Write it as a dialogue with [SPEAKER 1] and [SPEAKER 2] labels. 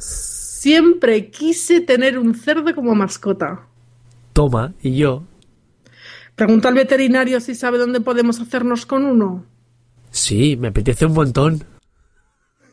[SPEAKER 1] Siempre quise tener un cerdo como mascota.
[SPEAKER 2] Toma, y yo.
[SPEAKER 1] Pregunta al veterinario si sabe dónde podemos hacernos con uno.
[SPEAKER 2] Sí, me apetece un montón.